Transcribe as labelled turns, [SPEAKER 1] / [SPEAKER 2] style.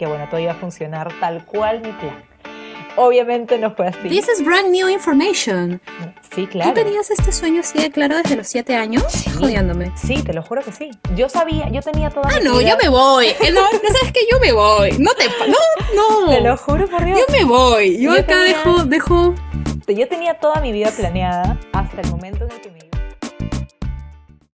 [SPEAKER 1] que bueno, todo iba a funcionar tal cual mi plan. Obviamente no fue así.
[SPEAKER 2] This is brand new information.
[SPEAKER 1] Sí, claro.
[SPEAKER 2] ¿Tú tenías este sueño así de claro desde los 7 años? Sí. Jodiéndome.
[SPEAKER 1] Sí, te lo juro que sí. Yo sabía, yo tenía toda
[SPEAKER 2] Ah,
[SPEAKER 1] mi
[SPEAKER 2] no,
[SPEAKER 1] vida-
[SPEAKER 2] yo me voy. Eh, No, no sabes que yo me voy. No te. pa- No, no.
[SPEAKER 1] Te lo juro por Dios.
[SPEAKER 2] Yo me voy.
[SPEAKER 1] Yo
[SPEAKER 2] Yo, acá
[SPEAKER 1] tenía-
[SPEAKER 2] dejo, dejo
[SPEAKER 1] Yo tenía toda mi vida planeada hasta el momento en el que me